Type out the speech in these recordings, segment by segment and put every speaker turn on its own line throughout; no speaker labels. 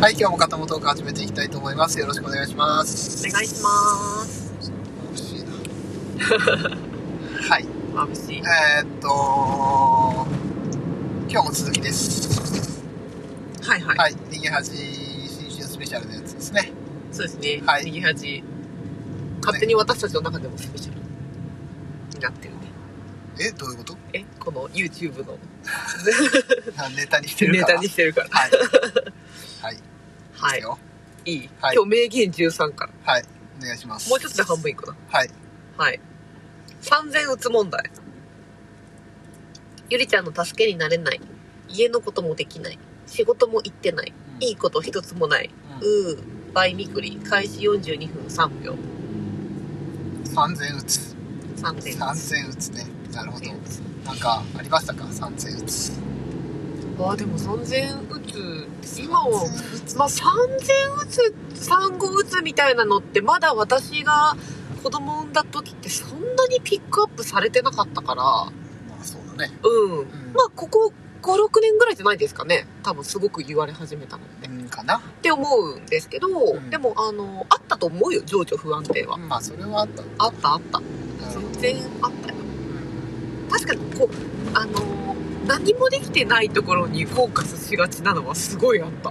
はい、今日も片本トーク始めていきたいと思います。よろしくお願いします。
お願いします。
美味しいなはい、
眩しい。
えーっと、今日も続きです。
はいはい。
はい、右端新春スペシャルのやつですね。
そうですね。
はい
右端。勝手に私たちの中でもスペシャルになってるね。
え、どういうこと
え、この YouTube の
あネタにしてる
ネ
から。
タにしてるから。
はい。はい、です
はい。
よ
いい。
はい
今日名言13から。
はい、お願いします。
もうちょっとで半分いくな。
はい、
はい。3000打つ問題。ゆりちゃんの助けになれない。家のこともできない。仕事も行ってない。
うん
いいこと一つもない。
うん
うー、バイミクリ。開始42分3秒。
3000打つ。
3000打つ。
3000打つね。なるほど。なんか、ありましたか ?3000 打つ。
あーでも3000打つ今は、まあ、3000打つ産後打つみたいなのってまだ私が子供産んだ時ってそんなにピックアップされてなかったから
まあ、そうだね。
うん
うん
まあここ56年ぐらいじゃないですかね多分すごく言われ始めたのって、
うん、かな。
って思うんですけど、
ん
でもあのあったと思うよ情緒不安定は、
まあ、それはあった。
あったあった
なるほど
全然あったよ確かにこうあの何もできてないところにフォーカスしがちなのはすごいあった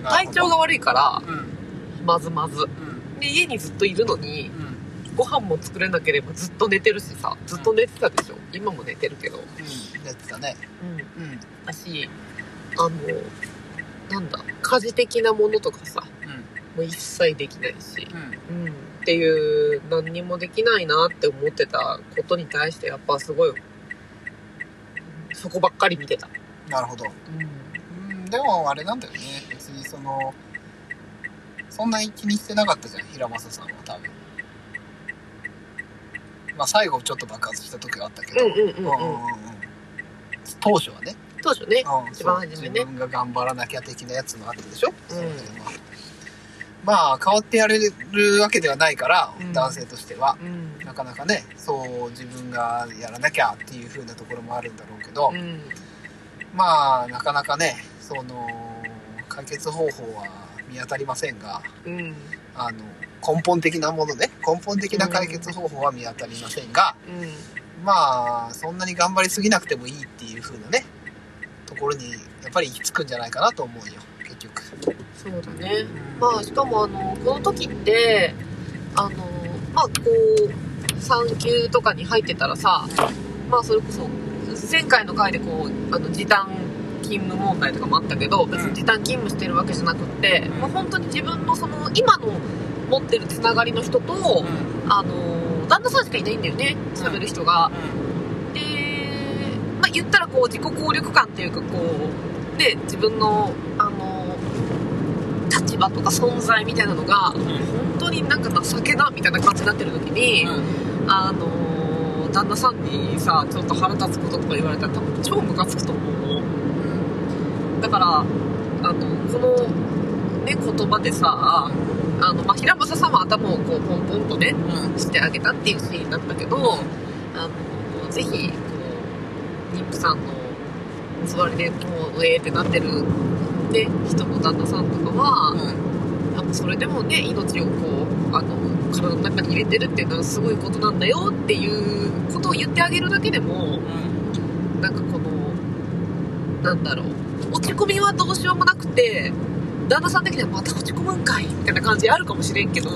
うん
体調が悪いから
うん
まずまず
うん
で家にずっといるのに
うん
ご飯も作れなければずっと寝てるしさずっと寝てたでしょ今も寝てるけど
うんやってたね
うん
うんうん
だしあのなんだ家事的なものとかさもう一切できないし、
うん
うん、っていう何にもできないなって思ってたことに対してやっぱすごいうんそこばっかり見てた、
なるほど
うん、
うんでもあれなんだよね別にそのそんなに気にしてなかったじゃん平正さんは多分まあ最後ちょっと爆発した時はあったけど
うんうんうんうん
うん当初はね、
当初ね
うん
一番初めね
自分が頑張らなきゃ的なやつもあるでしょ、
うん
それでまあまあ変わってやれるわけではないから、
うん
男性としては
うん
なかなかねそう自分がやらなきゃっていう風なところもあるんだろうけど、
うん
まあなかなかねその解決方法は見当たりませんが
うん
あの根本的なものね根本的な解決方法は見当たりませんが、
うん
まあそんなに頑張りすぎなくてもいいっていう風なねところにやっぱり行き着くんじゃないかなと思うよ結局。
そうだねまあ、しかもあのこの時ってあのまあこう産休とかに入ってたらさまあそれこそ前回の回でこうあの時短勤務問題とかもあったけど別に時短勤務してるわけじゃなくって、
うん
もう本当に自分のその今の持ってるつながりの人と、
うん
あの旦那さんしかいないんだよね喋る人が。で、まあ、言ったらこう自己効力感っていうかこうで自分のあの立場とか存在みたいなのが本当になんか情けなみたいな感じになってる時に、あの旦那さんにさちょっと腹立つこととか言われたら多分超ムカつくと思うだからあのこの、ね、言葉でさあの、まあ、平正さんは頭をこうポンポンとねしてあげたっていうシーンだったけど、あのぜひこう妊婦さんのつわりでもうえーってなってる、ね、人の旦那さんとかは、あのそれでもね命をこうあの体の中に入れてるっていうのはすごいことなんだよっていうことを言ってあげるだけでもなんかこのなんだろう落ち込みはどうしようもなくて旦那さん的にはまた落ち込むんかいみたいな感じあるかもしれんけど。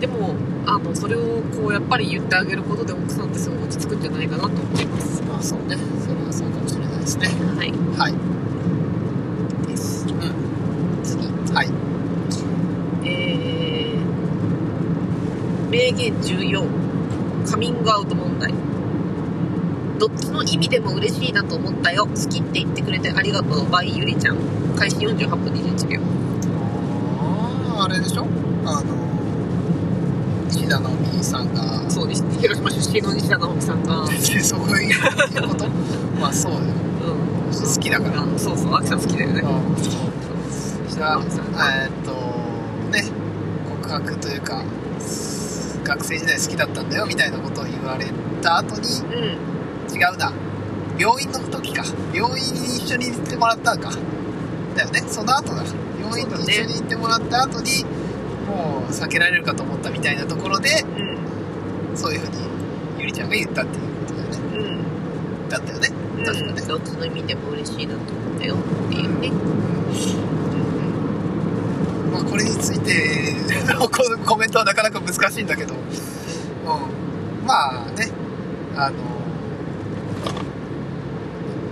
でもあのそれをこうやっぱり言ってあげることで奥さんってすごい落ち着くんじゃないかなと思います
まあそうねそれはそうかもしれないですね
はい
はい
です、次
はい
えー、名言14カミングアウト問題どっちの意味でも嬉しいなと思ったよ好きって言ってくれてありがとうバイゆりちゃん開始48分21秒
あーあれでしょあの石田の美さんが
そうです広島出身の西田直美さんが、うん、
そこにいうことまあそうよ好きだから
あそうそうあきさん好きだよね
それはえーっとね告白というか学生時代好きだったんだよみたいなことを言われた後に
うん
違うな病院の時か病院に一緒に行ってもらったんかだよねその後だ病院に一緒に行ってもらった後にもう避けられるかと思ったみたいなところで
うん
そういうふうにゆりちゃんが言ったっていうことだよね
うん
だったよね確かね
どっちの意味でも嬉しいなと思ったよっていうね
まあこれについて のこのコメントはなかなか難しいんだけど、うん、まあねあの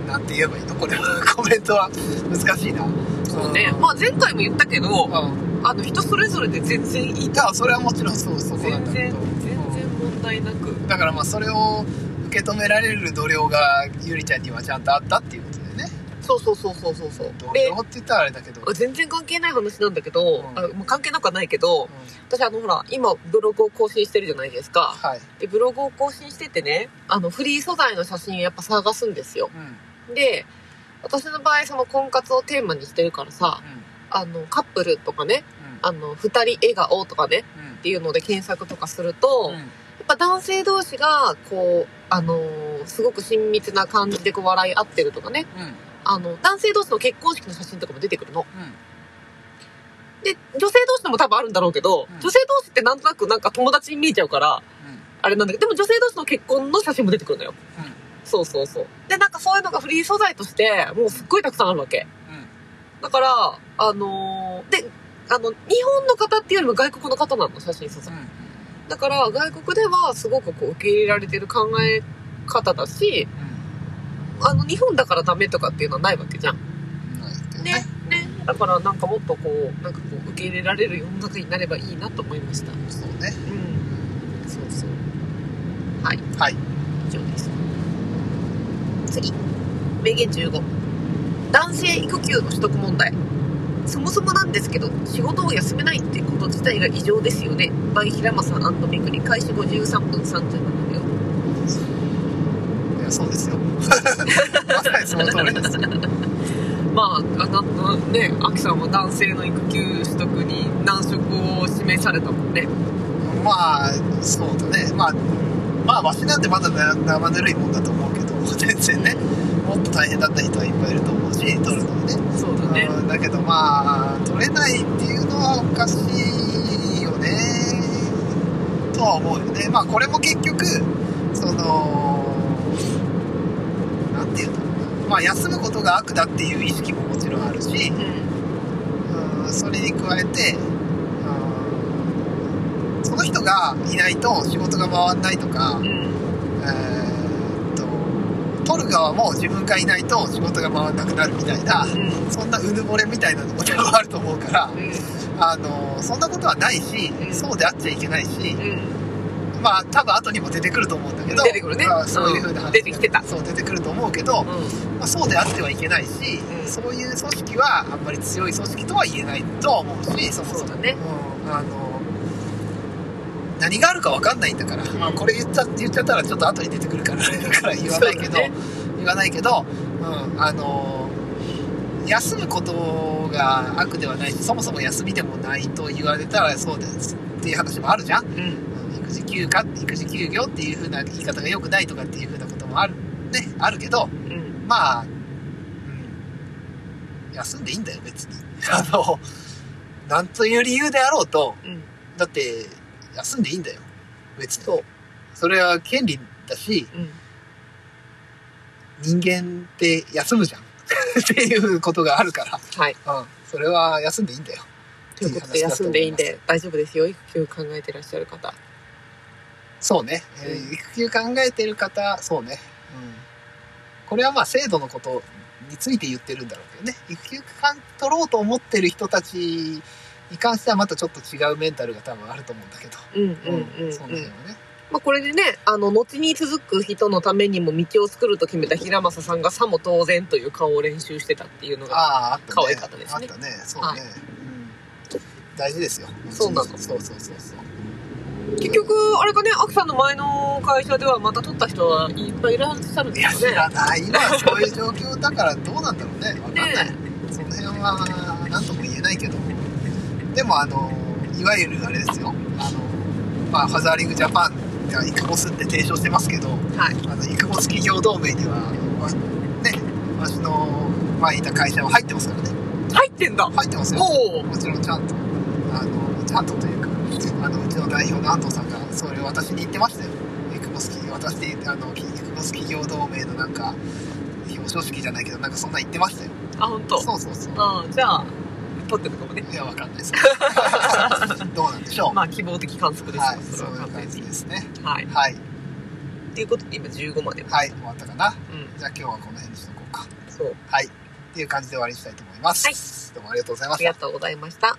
なんて言えばいいのこれは コメントは難しいな
そうね
ん
まあ前回も言ったけど
うん
あの人それぞれで全然いい
いやそれはもちろんそうそこなん
全
だけ
然
ど
全然問題なく
だからまあそれを受け止められる度量がゆりちゃんにはちゃんとあったっていうことだよね
そうそうそうそうそうそう
度
で
量って言ったらあれだけど、うん
全然関係ない話なんだけど、
うん
あまあ関係なくはないけど私あのほら今ブログを更新してるじゃないですか
はい、
でブログを更新しててねあのフリー素材の写真をやっぱ探すんですよ
うんうん
で私の場合その婚活をテーマにしてるからさあのカップルとかねあの2人笑顔とかねっていうので検索とかすると、
うんうん
やっぱ男性同士がこうあのーすごく親密な感じでこう笑い合ってるとかね
うん
あの男性同士の結婚式の写真とかも出てくるの
うん
で女性同士のも多分あるんだろうけど、
うん
女性同士ってなんとなくなんか友達に見えちゃうか
う
ら
ん
あれなんだけどでも女性同士の結婚の写真も出てくるのよそうそうそうでなんかそういうのがフリー素材としてもうすっごいたくさんあるわけだからあのーであの日本の方っていうよりも外国の方なの写真素材だから外国ではすごくこう受け入れられてる考え方だしあの日本だからダメとかっていうのはないわけじゃんねねだからなんかもっとこうなんかこう受け入れられる世の中になればいいなと思いましたうん
そうね
そうそうはい
はい
以上です次名言15男性育休の取得問題そもそもなんですけど仕事を休めないってこと自体が異常ですよね by 平間さんめくり開始53分37秒
いやそうですよまさにその通りです
まあ、あなたね、アキさんは男性の育休取得に難色を示されたもんね。
まあそうだねまあまあわしなんてまだな生ぬるいもんだと思うけど 全然ねもっと大変だった人はいっぱいいると思うし取るのはね
そうだね。
うんだけどまあ取れないっていうのはおかしいよねとは思うよねまあこれも結局そのなんていうのまあ休むことが悪だっていう意識ももちろんあるし
うん。
うんそれに加えてうんその人がいないと仕事が回んないとか
う、ん。
えーっと取る側も自分がいないと仕事が回んなくなるみたいな
うん。
そんなうぬぼれみたいなこともあると思うから、あのそんなことはないし、
うん
そうであっちゃいけないし、
うん。
まあ多分後にも出てくると思うんだけど
出てくるね
まあそういうふうな話、
うん出てきてた
そう出てくると思うけど、まあ、そうであってはいけないし、
うん
そういう組織はあんまり強い組織とは言えないとは思うしそも
そ
そうも
だね。
うんあの何があるか分かんないんだから、
ん
まあ、これ言っちゃ言っちゃったらちょっと後に出てくるからだから言わないけ
そ
ど、
うだね
言わないけど、うん、あの休むことが悪ではないしそもそも休みでもないと言われたらそうですっていう話もあるじゃん
うん。
うん育児休暇育児休業っていう風な言い方が良くないとかっていう風なこともある,、ね、あるけど
うん。
まあ、うん、休んでいいんだよ別に あのなんという理由であろうと
うん。
だって休んでいいんだよ別に
そう。
それは権利だし
うん。
人間って休むじゃん っていうことがあるか
はい。
ら、うん、それは休んでいいんだよ
ということで、休んでいいんで、大丈夫ですよ。育休考えてらっしゃる方。
そうね、えー育休考えてる方そうね、うん、これはまあ制度のことについて言ってるんだろうけどね育休かん取ろうと思ってる人たちに関してはまたちょっと違うメンタルが多分あると思うんだけど、
うんうんうん、う
その辺は
ん。
ね
まあ、これでね、あの、後に続く人のためにも道を作ると決めた平正さんがさも当然という顔を練習してたっていうのが。
あああったね
可愛かったですね
あったねそうね、
はい
うん、大事ですよ
そうなの
そうそうそうそう
結局、あれかね、アキさんの前の会社ではまた取った人はいっぱいいらっしゃるん
い
で
や
す
知
よね。
らない今はそういう状況だからどうなんだろうねわかんない、
ね
その辺は何とも言えないけどでもあのいわゆるあれですよあの、まあ、ファザーリングジャパンがイクボスって提唱してますけど
はい。
あのイクボス企業同盟には、まあね私の前いた会社は入ってますからね
入ってんだ。
入ってますよ
おお。
もちろんちゃんとあのちゃんとというかあのうちの代表の安藤さんがそれを私に言ってましたよエクボス企業私であのエクボス企業同盟のなんか表彰式じゃないけどなんかそんなん言ってましたよ
あ、本当。
そうそうそう
うん、じゃあ、取ってるかもね。
いやわかんないです どうなんでしょう、
まあ、希望的観測ですよ。
はい
そ
そ
れ
うい
は
う
完全
感じ
に。
ですね
はい。
はい
っていうことで、今15まで。
はい終わったかな
うん。
じゃあ今日はこの辺にしとこうか
そう。
はいっていう感じで終わりにしたいと思います、
はい
どうもありがとうございま
あ
し
り
た
がとうございました。